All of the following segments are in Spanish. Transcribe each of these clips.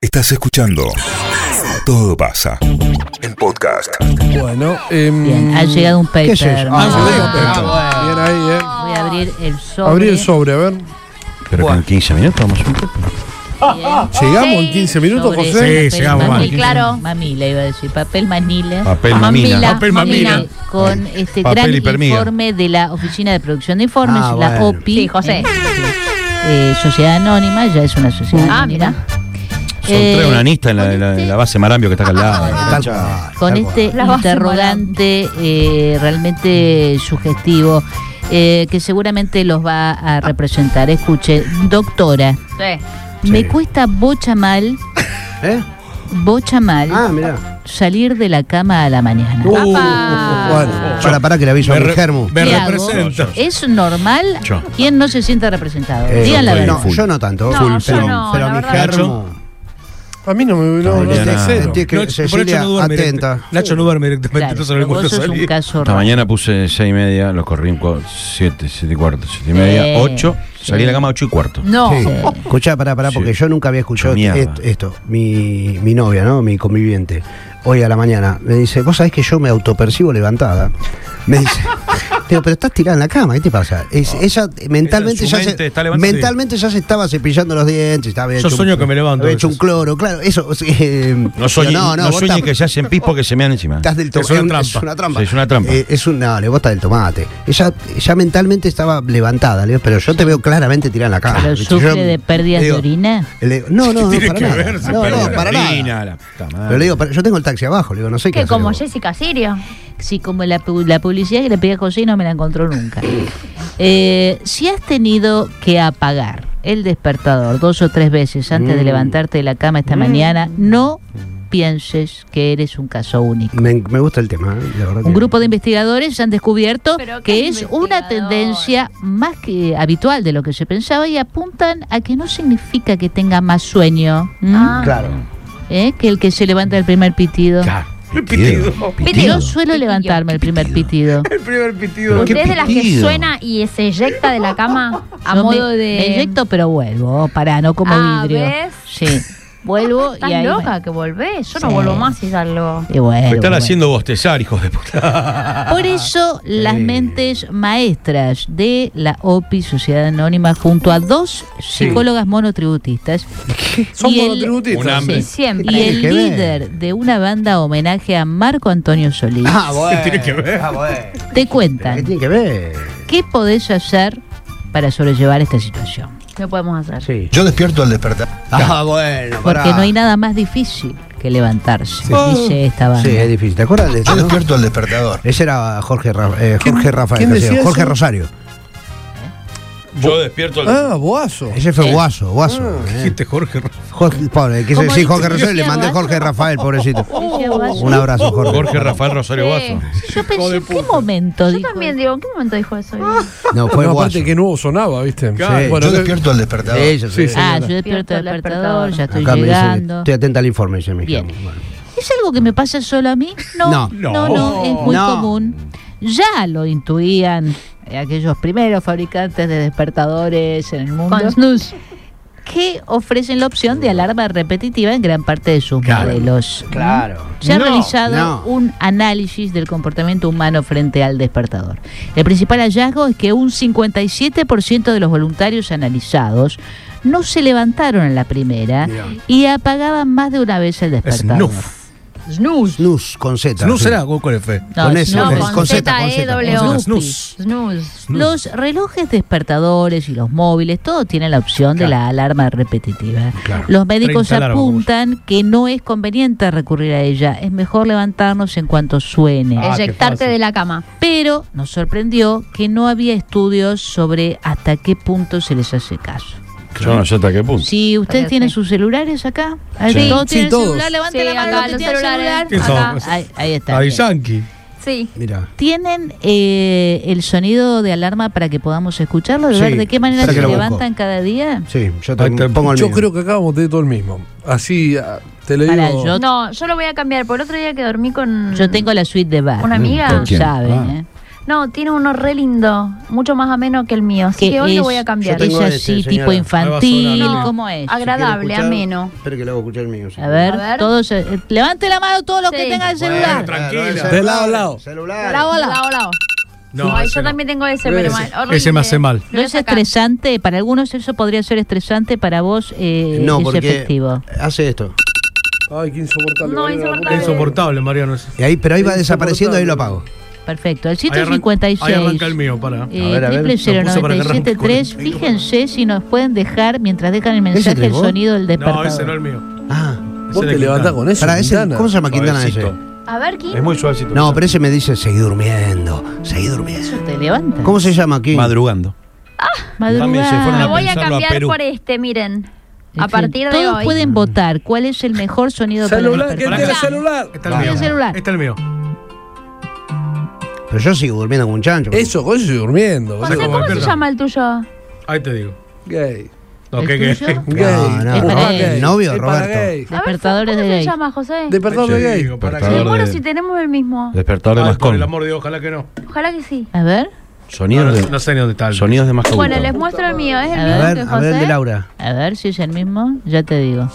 Estás escuchando Todo pasa en podcast. Bueno, em, Bien, ha llegado un paper. ¿qué es eso? ¿no? Ah, llegó un Ah, paper. bueno. Bien ahí, Voy a abrir el eh. sobre. Abrí el sobre, a ver. Pero con 15 minutos vamos un Bien. ¿Llegamos en 15 minutos, Sobre José? papel Sí, llegamos, Manila. vamos. Claro. Mamila, iba a decir. Papel Manila. Papel mamila. Papel mamila. Con este Papel gran y permiga. informe de la Oficina de Producción de Informes, Ah, la bueno. OPI. Sí, José. Eh, sociedad Anónima, ya es una sociedad anónima. Son Eh, tres unanistas en la, en la- en la base Marambio que está acá al lado. con este interrogante eh, realmente sugestivo eh, que seguramente los va a representar. Escuche, doctora, me cuesta bocha mal, ¿Eh? bocha mal Ah, mirá. salir de la cama a la mañana. Uh, Bueno, para, para que le aviso a mi germo. Me ¿Qué hago? representa. ¿Es normal? Yo. ¿Quién no se siente representado? Eh, Digan la soy- verdad. no, yo no tanto. No, Full, pero yo no, pero la mi verdad. germo. A mí no me no, no Adriana. te cero. Sentí que No, por eso Cecilia no duerme atenta. directa- Nacho no duerme directamente, Claro, no sabe vos cuándo sos un salir. caso Esta raro. mañana puse 6 y media, los corrí en 7, 7 y cuarto, 7 y Eh, media, 8, sí. salí de la cama 8 y cuarto. No. Sí. Sí. Escuchá, pará, pará, porque Sí. yo nunca había escuchado Mierda. esto, esto. Mi, mi novia, ¿no? Mi conviviente. Hoy a la mañana me dice, vos sabés que yo me autopercibo levantada. Me dice, digo, pero estás tirada en la cama, ¿qué te pasa? Es- ella mentalmente, su ya, mente se, está levantada. mentalmente ya se estaba cepillando los dientes. Estaba Yo sueño que me levanto Había a hecho un veces. cloro, claro, eso. sí, eh, No sueñes digo, no, vos sueñes estás- que se hacen pis porque se me han encima. Estás del to- Es una un- trampa. Es una trampa. Sí, es una trampa. Eh, es una le botas del tomate. Ella ya mentalmente estaba levantada, le digo, pero yo te veo claramente tirada en la cara. ¿Pero Ah, Yo- sufre de pérdidas digo, de orina? le digo, no, no, no, tiene para que nada. ver? Se no, pierde no, la para nada. Orina, la puta madre. Pero le digo, pero yo tengo el taxi abajo, le digo, no sé qué. Que hacer, como digo. Jessica Sirio. Sí, como la, pu- la publicidad que le pegué a José y no me la encontró nunca. Eh, si has tenido que apagar el despertador dos o tres veces antes de levantarte de la cama esta mañana, no pienses que eres un caso único. me, me gusta el tema, ¿eh? la verdad. Un que- grupo de investigadores han descubierto Pero qué que es una investigador. tendencia más que habitual de lo que se pensaba y apuntan a que no significa que tenga más sueño ¿m? Ah. Claro. ¿Eh? que el que se levanta el primer pitido. Claro. Pitido. Yo suelo Pitido. levantarme el primer pitido. El primer Pero pitido. qué ¿Usted es de las que pitido. suena y se eyecta de la cama a Yo modo me, de. me eyecto, pero vuelvo. Pará, no como Ah, vidrio. ¿ves? Sí. Vuelvo Estás y ahí. loca que volvés. Yo no Sí. vuelvo más si salgo. me- y vuelvo, Me están vuelvo. haciendo bostezar, hijos de puta. Por eso, las mentes maestras de la OPI, Sociedad Anónima, junto a dos psicólogas monotributistas. Son y el- monotributistas. Un hambre. Sí, siempre. Y el que ver. líder de una banda homenaje a Marco Antonio Solís Ah, bueno. tiene que ver? Ah, bueno. te ¿Qué cuentan tiene que ver? qué podés hacer para sobrellevar esta situación. ¿Qué podemos hacer? Sí. Yo despierto al despertar. Ah, bueno, Porque pará. no hay nada más difícil que levantarse, dice esta banda. Sí, es difícil. ¿Te acuerdas de eso? Yo no? despierto al despertador. Ese era Jorge, Ra- eh, ¿Quién- Jorge Rafael, quién decía Casero, Jorge eso? Rosario. Yo despierto al Ah, boazo. Ese fue Guaso, Guaso. eh. Dijiste Jorge. Jorge, pobre, quise ¿Cómo decir Ah. dice? Jorge Rosario, le Decía mandé Guaso. Jorge Rafael, pobrecito. Dice Guaso. Un abrazo, Jorge. Jorge Rafael Rosario Sí. Guaso. Yo pensé, ¿en qué momento? Yo dijo? también digo, ¿en qué momento dijo eso? No, fue Bueno, Guaso. aparte que nuevo sonaba, ¿viste? Claro. Bueno, Yo que- despierto al despertador. Sí, sí, sí. Sí, Ah, señora. yo despierto el despertador, ya estoy Acá me dice, llegando. estoy atenta al informe, dice mi Bien. hija. Bueno. ¿Es algo que me pasa solo a mí? No, no, No. no, es muy No. común. Ya lo intuían eh, aquellos primeros fabricantes de despertadores en el mundo Con snus. que ofrecen la opción de alarma repetitiva en gran parte de sus Claro. modelos. Claro. Se ha No, realizado no. un análisis del comportamiento humano frente al despertador. El principal hallazgo es que un 57% de los voluntarios analizados no se levantaron en la primera y apagaban más de una vez el despertador. Snuff. Snooze. Snus con Z. Snoof sí. será con con F. No, Con eso, no, No, Snooze. con- con Con Z, con eh, Z. Z-E-W. Snus. Snooze. Los relojes despertadores y los móviles, todos tienen la opción de la alarma repetitiva. Los médicos 30 alarmas, apuntan que no es conveniente recurrir a ella, es mejor levantarnos en cuanto suene. Ah, qué Eyectarte fácil. de la cama. Pero nos sorprendió que no había estudios sobre hasta qué punto se les hace caso. Yo no sé hasta qué punto. Si usted Parece. tiene sus celulares acá, A ver, Sí. todos Sí, tienen todos. celular, levanten Sí, la mano acá los que los tienen celular. celulares. Acá. Acá. Ahí, ahí está. Ay, bien. Yankee. Sí. Mira. ¿Tienen eh, el sonido de alarma para que podamos escucharlo? De Sí, ver de qué manera para se que lo busco. levantan cada día. Sí, yo te Ahí te- pongo el Yo mío. creo que acá vamos a tener todo el mismo. Así ah, te lo Pará, digo. yo- No, yo lo voy a cambiar. Por otro día que dormí con. Mm, Yo tengo la suite de bar. Una amiga. Ah. Saben, ¿eh? No, tiene uno re lindo, mucho más ameno que el mío. Así que, hoy lo voy a cambiar. Yo Es tengo así, este, señora. tipo infantil, No, ¿cómo es? agra- agradable, quiere escuchar, ameno. Espera que le hago escuchar el mío. sí. A ver, A ver. todos. eh, levante la mano todos los que Sí. tengan el Bueno, celular. tranquila. el celular, De lado a lado. Celular. La ola. Lao, lao. No, Ay, ese yo no. también tengo ese, pero Ese- mal. ese eh. me hace mal. Lo ¿No voy a es sacar. estresante? Para algunos eso podría ser estresante, para vos eh, No, es porque efectivo. hace esto. Ay, qué insoportable. No, Mariana, insoportable. Es insoportable, Mariano. ese. Y ahí, pero ahí va Es desapareciendo, ahí lo insoportable. apago. Perfecto. El Ahí arran- Ahí 156. arranca el mío, para. Eh, A ver, a ver, triple lo puse para que arranque 097.3. con el- Fíjense si nos pueden dejar, mientras dejan el mensaje, tenés el vos? sonido del No, despertador. ese no es el mío. Ah, Vos te levantás con eso. para ese, Quintana. ¿cómo se llama Quintana ese? A ver, ¿quién? Es muy suavecito. No, pero ese me dice, seguí durmiendo, seguí durmiendo. Te levanta. ¿Cómo se llama aquí? Madrugando. Madrugada. También se fueron Lo a voy a pensarlo a cambiar Perú. por este, miren. A En fin, partir de Todos hoy. pueden Mm. votar cuál es el mejor sonido para el Celular, ¿quién despertador. tiene Pará. celular? Está el Vale. mío. El celular. Está el mío. Pero yo sigo durmiendo como un chancho. Eso, con eso estoy durmiendo. José, como boludo. ¿cómo se despierta. llama el tuyo? Ahí te digo. Gay. No, ¿El ¿qué, qué? tuyo? Gay. No, no, Es Busca para gay. gay. el novio de Es para gay. Roberto. A ver, Despertadores ¿cómo de se gay. llama, José? De perdón de Sí, gay. Digo, para Despertador. que- Seguro de- si tenemos el mismo. Despertador de Ay, por el Mascón. amor de Dios, ojalá que no. Ojalá que sí. A ver. No, Sonidos no, de, no sé ni dónde está el sonidos de Mascón. Bueno, les muestro el mío. ¿Este ¿Es el A A mismo ver, que a ver el de José? Laura. A ver si es el mismo, ya te digo.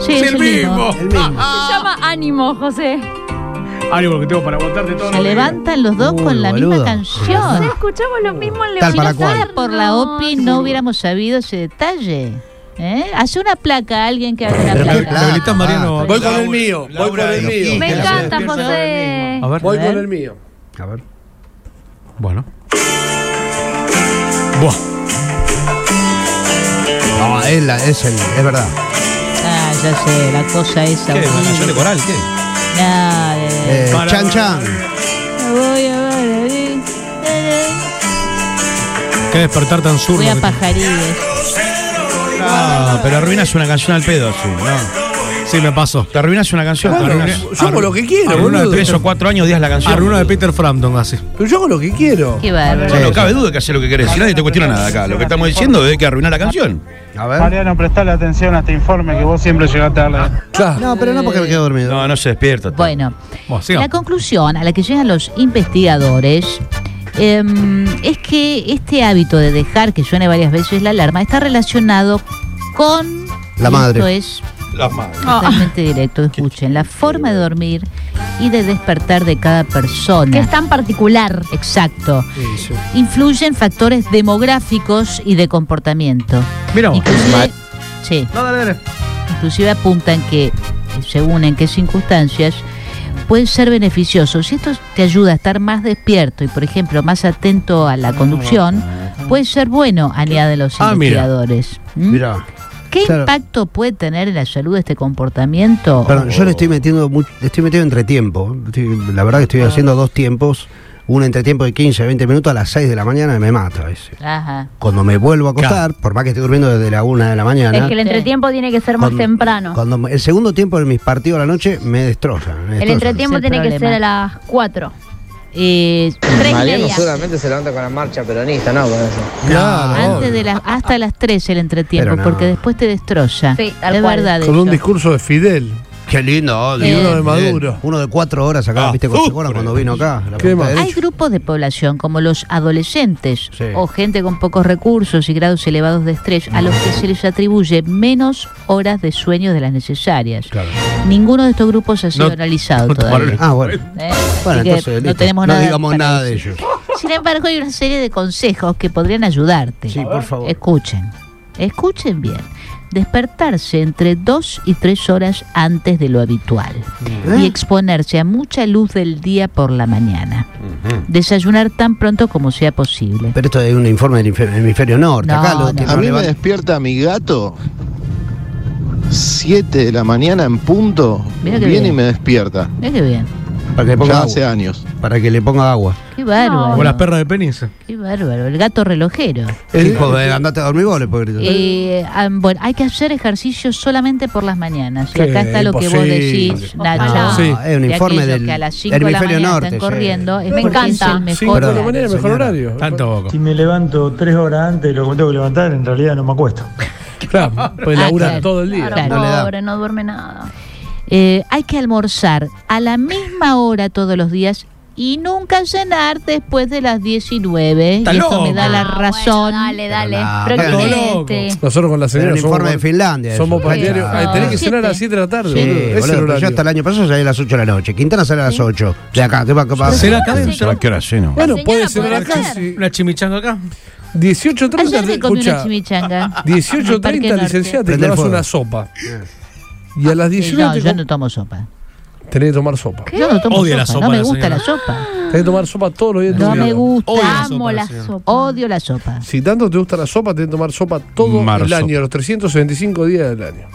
Sí, ¡Es es el mismo! El mismo. Se llama Ánimo, José. Ánimo que tengo para aguantarte todo. Se levantan los dos Uy, Uh, con la misma boludo. José, canción. escuchamos lo mismo en Tal León. para Si no cual. fuera Por la OPI no hubiera- hubiéramos sabido ese detalle. ¿Eh? Hace una placa, alguien que haga una Pero qué placa. placa. Habilitas, Mariano. Voy con el mío, voy Laura con el de los mío. Me Quique, la encanta, despierta José. A ver. Voy ver. con el mío. A ver. Bueno. Buah. No, es, la- es el, es verdad. Ah, ya sé, la cosa esa. ¿Qué? horrible. ¿Una canción de coral? ¿Qué? Nah, de- Eh, Para- chan Chan. Me voy a ver, eh, eh. Qué despertar tan zurdo. Voy a que- pajariles. No, Ah, pero arruinas una canción al pedo, sí. No. Sí, me pasó. Te arruinas una canción. te Bueno, arruinas- ah, yo hago lo que quiero, Arruinas de boludo. tres o cuatro años días la canción. Arruino de Peter Frampton, así. Pero yo hago lo que quiero. Qué bárbaro. Ya no cabe duda que haces lo que querés. Si nadie te cuestiona nada acá. Lo que estamos diciendo es que arruinar la canción. A ver. Mariano, prestale atención a este informe que vos siempre llegás tarde. Claro. No, pero no porque me quedo dormido. No, no se despierta. está. Bueno, Bueno, sigamos. la conclusión a la que llegan los investigadores em, es que este hábito de dejar que suene varias veces la alarma está relacionado con... La madre. Esto es La madre. totalmente directo, escuchen, la forma de dormir y de despertar de cada persona. Que es tan particular. Exacto. Influyen factores demográficos y de comportamiento. Mira vos. Inclusive, sí, No, dale, dale. inclusive apuntan que, según en qué circunstancias, pueden ser beneficiosos. Si esto te ayuda a estar más despierto y, por ejemplo, más atento a la conducción, puede ser bueno, añaden los Ah, mira. investigadores. ¿Mm? Mirá. ¿Qué claro. impacto puede tener en la salud este comportamiento? Perdón, yo le estoy metiendo mucho, le estoy metiendo entretiempo. Estoy- la verdad que estoy haciendo dos tiempos. Un entretiempo de 15, 20 minutos a las 6 de la mañana y me mata ese. Ajá. Cuando me vuelvo a acostar, por más que esté durmiendo desde la 1 de la mañana. Es que el entretiempo tiene que ser más Cuando- temprano. Cuando el segundo tiempo de mis partidos a la noche me destroza. me El destroza. entretiempo Ese es el tiene que ser problema. a las 4. Eh, 3 y Mariano media. solamente se levanta con la marcha peronista, ¿no? Con eso. Claro. Antes de las, hasta las 3 el entretiempo, Pero no. porque después te destroza. Sí, tal es cual. verdad. Con un eso. discurso de Fidel. Qué lindo. Y Dios. uno de Bien. Maduro. Uno de cuatro horas acá, Ah, viste, con uh, Segura cuando vino acá. La Qué punta mal. Hay derecha. grupos de población como los adolescentes Sí. o gente con pocos recursos y grados elevados de estrés a los que se les atribuye menos horas de sueño de las necesarias. Claro. Ninguno de estos grupos ha sido No- analizado no todavía. tomaron- Ah, bueno. ¿eh? Así Bueno, que entonces no listo. tenemos nada digamos para nada de decir. ellos. Sin embargo, hay una serie de consejos que podrían ayudarte. Sí, por favor. Escuchen, escuchen bien. Despertarse entre 2 y 3 horas antes de lo habitual y ¿Eh? exponerse a mucha luz del día por la mañana. Desayunar tan pronto como sea posible. Pero esto es un informe del hemisferio- hemisferio norte. No, acá lo no. que A no mí me levanta- despierta mi gato 7 de la mañana en punto. Mira qué viene bien. y me despierta. Mira qué bien, para que le ponga Ya agua. hace años. Para que le ponga agua. qué bárbaro. Como las perras de Penis. Qué bárbaro, el gato relojero. Hijo de, andate a dormir vos, le puedo gritar. Eh, ah, bueno, hay que hacer ejercicio solamente por las mañanas. Y Qué acá está lo que vos imposible. decís, No, Nacho. sí. es un de informe aquellos del que a las 5 de la hemisferio mañana norte. están sí. corriendo. es Me porque es encanta. el Cinco mejor de la horario. mañana, mejor señora. horario. Tanto poco. Si me levanto tres horas antes de lo que me tengo que levantar, en realidad no me acuesto. Claro, pues Ah, laburan claro. todo el día. Claro, Claro. No le da. pobre, no duerme nada. Eh, hay que almorzar a la misma hora todos los días y nunca cenar después de las 19. Está y esto loco. me da la Ah, bueno, razón. dale, dale. Pero la- Proximete. Nosotros con la Era señora un somos, informe de Finlandia. somos eso. partidarios. Claro. Ay, tenés que cenar a las Siete. 7 de la tarde, Sí, boludo. Ese boludo, es el pero yo horario. hasta el año pasado salí a las 8 de la noche. Quintana sale a las 8. De acá, ¿qué va, qué va? ¿Será acá adentro? ¿A qué hora ceno? Bueno, señora puede cenar puede acá. hacer. sí. Una chimichanga acá. 18.30. Ayer me comí escuchá, una chimichanga. en el Parque 18.30, Norte. licenciada, te Prende el clavas fuego. una sopa. Y a las Eh, 19 No, te yo com- no tomo sopa. tenés que tomar sopa. Yo no tomo Odia la sopa, sopa no me la gusta señora. la sopa. Tenés que tomar sopa todos los días de tu No vida. me Odio la gusta. sopa, Amo la la señora. sopa. Odio la sopa. Si tanto te gusta la sopa, tenés que tomar sopa todo el Marzo. año, los 365 días del año.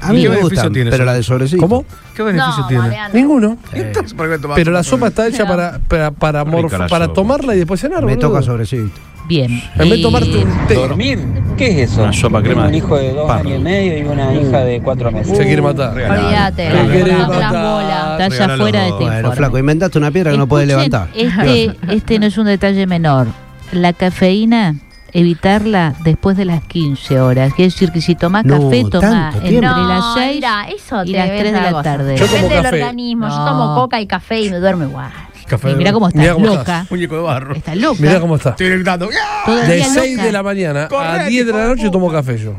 A mí ¿Qué me beneficio gustan, tiene pero eso? la de sobrecito. ¿Cómo? ¿Qué beneficio No, tiene? Mariano. Ninguno. Entonces, ¿para qué la tomás? Pero la sopa está hecha Pero- para, para, para, Rica morf- la para sopa. tomarla y después cenar, Me boludo. toca sobrecito. Bien. En vez de Y- tomarte un té. ¿Dormir? ¿Qué es eso? Una sopa Tengo crema Un hijo de dos parra. años y medio y una hija de cuatro Uh, meses. Se quiere matar. Olvídate. Te quiere cortame las matar. bolas. Estás ya Regálalo. fuera de este Bueno, informe. flaco, inventaste una piedra que no puedes Escuchen, levantar. Este, este no es un detalle menor. La cafeína, evitarla después de las 15 horas. Quiere decir que si tomás No, café, tomás tanto entre tiempo. las 6 mira, eso y te las ves 3 de la cosa. tarde. Yo tomo Depende del café. organismo. Yo No. tomo coca y café y me duermo igual. Café. Y mirá cómo estás, loca. Muñeco de barro. Está loca. Mirá cómo está. Estoy gritando. Todavía De 6 loca. de la mañana a Correte, 10 de la hijo de noche tomo café yo.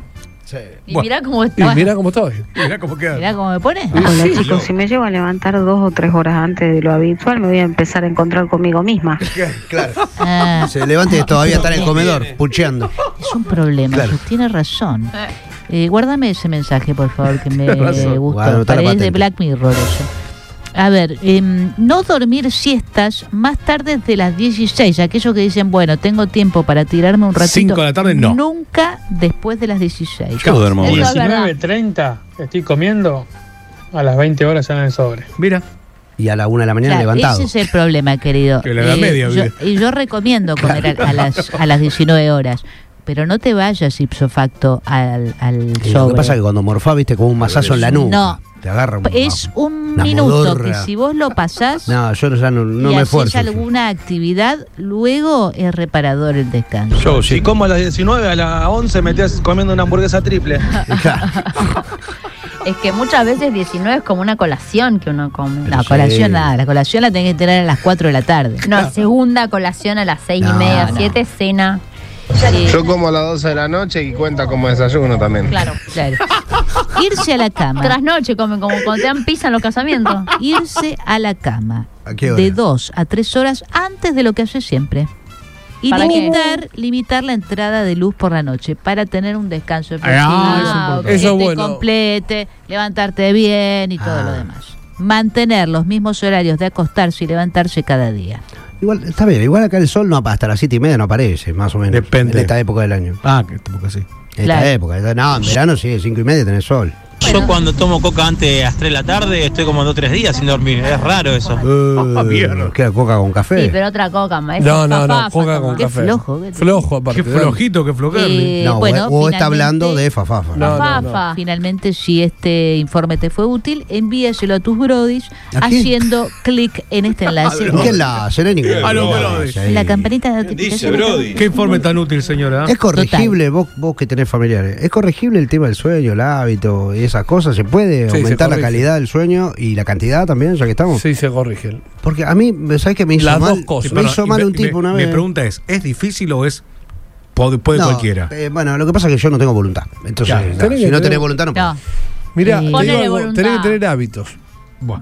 Y mirá cómo Y está. mirá cómo estoy. Mirá cómo queda. Mirá cómo me pone. Hola Sí, chicos, si me llevo a levantar dos o tres horas antes de lo habitual, me voy a empezar a encontrar conmigo misma. Claro. Ah, Se levante y todavía está en el comedor, pucheando. es un problema. Claro. Sus- Tiene razón. Eh, guárdame ese mensaje, por favor, que me razón. Guarda, gustó. anotá la Parece de patente. Black Mirror eso. A ver, em, no dormir siestas más tarde de las 16. Aquellos que dicen, bueno, tengo tiempo para tirarme un ratito. Cinco de la tarde, no. Nunca después de las 16. Yo duermo Eso una. es verdad. 19.30 estoy comiendo, a las 20 horas ya en el sobre. Mira. Y a la una de la mañana Claro, levantado. ese es el problema, querido. Eh, Que la edad media, yo, vive. y yo recomiendo comer a- a, las, a las 19 horas, pero no te vayas ipso facto al, al Y Lo sobre. que pasa es que cuando morfás, viste, como un masazo en la nuca. No. Pues Te agarra un- Es un Una minuto modorra. que si vos lo pasás No, yo ya no, no y me haces esfuerzo. alguna actividad, luego es reparador el descanso. Yo, si como a las 19, a las 11 me estoy comiendo una hamburguesa triple. Es que muchas veces 19 es como una colación que uno come. No, Sí. colación nada, la colación la tenés que tener a las 4 de la tarde. No, segunda colación a las seis No, y media, no. siete cena. Yo como a las 12 de la noche y cuenta como desayuno también. Claro. Claro. Irse a la cama. Tras noche comen como cuando te dan pizza en los casamientos. irse a la cama ¿A qué hora? de dos a tres horas antes de lo que hace siempre. Y ¿Para qué? limitar, limitar la entrada de luz por la noche para tener un descanso efectivo, Ah, eso es importante. Eso es que te bueno. complete, levantarte bien y todo Ah. lo demás. Mantener los mismos horarios de acostarse y levantarse cada día. Igual, está bien, igual acá el sol no apa- hasta las siete y media no aparece, más o menos. Depende. En esta época del año. Ah, que este tampoco así. En Claro. esta época. esta- No, en verano sí, cinco y media tenés sol. Yo cuando tomo coca antes de las 3 de la tarde, estoy como 2 o 3 días sin dormir. Es raro eso. Ah, Eh, queda coca con café. Sí, pero otra coca, No, maestro. no, Papá, no. Coca con papá. Qué café. flojo, qué- Flojo, aparte. Qué flojito, qué flocarle. Eh, no, o- bueno, o, está finalmente- Ah. hablando de fafafa. No, no, no. Fafa. Finalmente, si este informe te fue útil, envíaselo a tus brodis ¿A quién? haciendo clic en este enlace. ¿Qué láser? No hay ningún Ah, A lo láser Brody. ahí. La campanita de notificación. Qué informe tan útil, señora. ¿eh? Es corregible, vos, vos que tenés familiares, es corregible el tema del sueño, el hábito y esas cosas. ¿Se puede Sí, se aumentar la corrige. calidad del sueño y la cantidad también, ya que estamos? Sí, se corrigen. Porque a mí, ¿sabés que me hizo Las mal? dos cosas. Me Perdón, hizo y mal me- un tipo me- una Mi vez. pregunta es, ¿es difícil o es puede, puede No, cualquiera? eh, bueno, lo que pasa es que yo no tengo voluntad. Entonces, Claro, no, tenés si que no tener- tenés voluntad, no. No, Mirá, Sí. te Ponele digo algo, voluntad. tenés que tener hábitos. Bueno.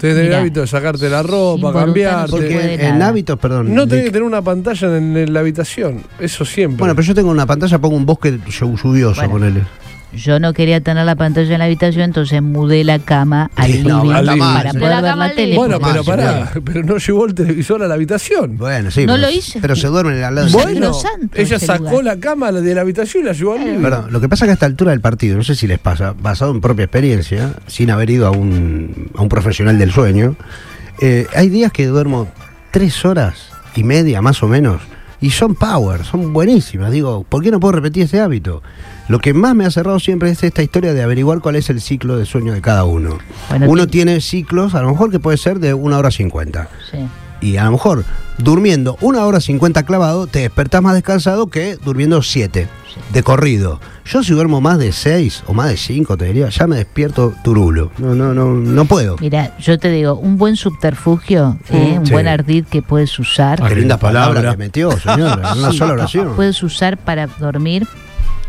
Tenés que tener Mirá. hábitos de sacarte la ropa, voluntad no se cambiarte. puede Porque en nada. hábitos, perdón. No de- tenés que tener una pantalla en, en la habitación. Eso siempre. Bueno, pero yo tengo una pantalla, pongo un bosque llu- lluvioso Bueno. con él. yo no quería tener la pantalla en la habitación, entonces mudé la cama al Sí, living no, al living. para De la poder ver cama la al tele. living. Bueno, Ah, pero sí, pará. Pero no llevó el televisor a la habitación. Bueno, sí. No pero- lo hice. Pero se duermen al lado de Bueno, santo ella ese sacó lugar. Eh. la cama de la habitación y la llevó al living. Perdón, lo que pasa es que a esta altura del partido, no sé si les pasa, basado en propia experiencia, sin haber ido a un, a un profesional del sueño, eh, hay días que duermo tres horas y media más o menos, y son power, son buenísimas. Digo, ¿por qué no puedo repetir ese hábito? Lo que más me ha cerrado siempre es esta historia de averiguar cuál es el ciclo de sueño de cada uno. Bueno, uno ti- tiene ciclos, a lo mejor que puede ser de una hora cincuenta. Sí. y a lo mejor durmiendo una hora 50 clavado, te despertás más descansado que durmiendo 7 de corrido. Yo si duermo más de 6 o más de 5, te diría, ya me despierto turulo. No, no, no, no puedo. Mira, yo te digo, un buen subterfugio, ¿eh? un Sí. buen ardid que puedes usar. Ah, Qué lindas palabras palabra. que metió, señora, en una Sí, sola oración. puedes usar para dormir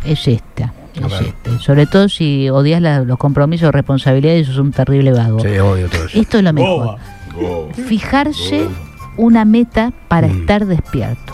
es esta. A es ver. esta. Sobre todo si odias la- los compromisos, responsabilidades y sos un terrible vago. Sí, obvio todo eso. Esto es lo mejor. Fijarse una meta para Mm. estar despierto.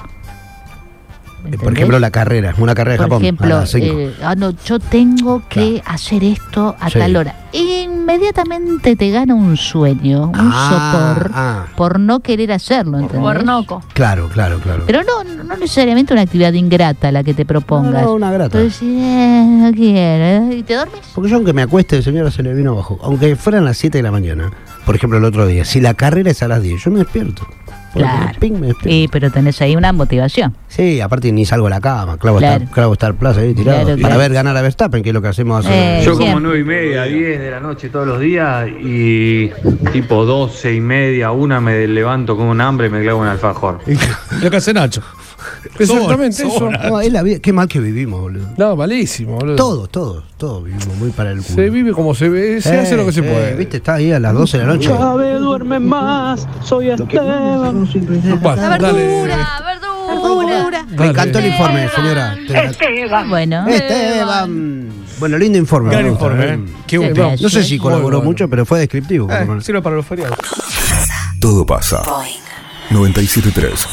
Eh, Por ejemplo, la carrera, una carrera de Por Japón. a ejemplo, las cinco. eh, ah, no, yo tengo que hacer esto a Sí. tal hora. Inmediatamente te gana un sueño, un Ah, sopor, ah, por no querer hacerlo. ¿entendés? Pornoco. claro, claro, claro. Pero no, no necesariamente una actividad ingrata la que te propongas. No, no, una grata. Entonces, eh, no quiero. ¿Y te dormís? Porque yo aunque me acueste, señora, se le vino abajo. Aunque fueran las 7 de la mañana, por ejemplo, el otro día, si la carrera es a las 10, yo me despierto. Porque, Claro. ping, me despierto. Sí, pero tenés ahí una motivación. Sí, aparte ni salgo a la cama, clavo, Claro. estar, clavo estar plaza ahí tirado. Claro, para claro. ver ganar a Verstappen, que es lo que hacemos hace. Eh, Yo como siempre. nueve y media, 10 de la noche todos los días y tipo 12 y media, una me levanto con un hambre y me clavo un alfajor. Lo que hace Nacho. Exactamente Son- eso. son- No, es la vida- Qué mal que vivimos, boludo. No, malísimo, boludo. Todos, todos, todos vivimos muy para el culo. Se vive como se ve, se Eh, hace lo que se eh, puede. Viste, está ahí a las 12 de la noche. duerme más, soy Esteban. Bueno, dale. Verdura, verdura. Me encantó el Dale. informe, señora. Esteban. Bueno. Esteban. Bueno, lindo informe. Gran me gusta, informe, ¿eh? ¿eh? Qué Sí, útil. gracias. No sé si colaboró Muy bueno. mucho, pero fue descriptivo. por lo Eh, menos. sirve para los feriados. Todo pasa. 973.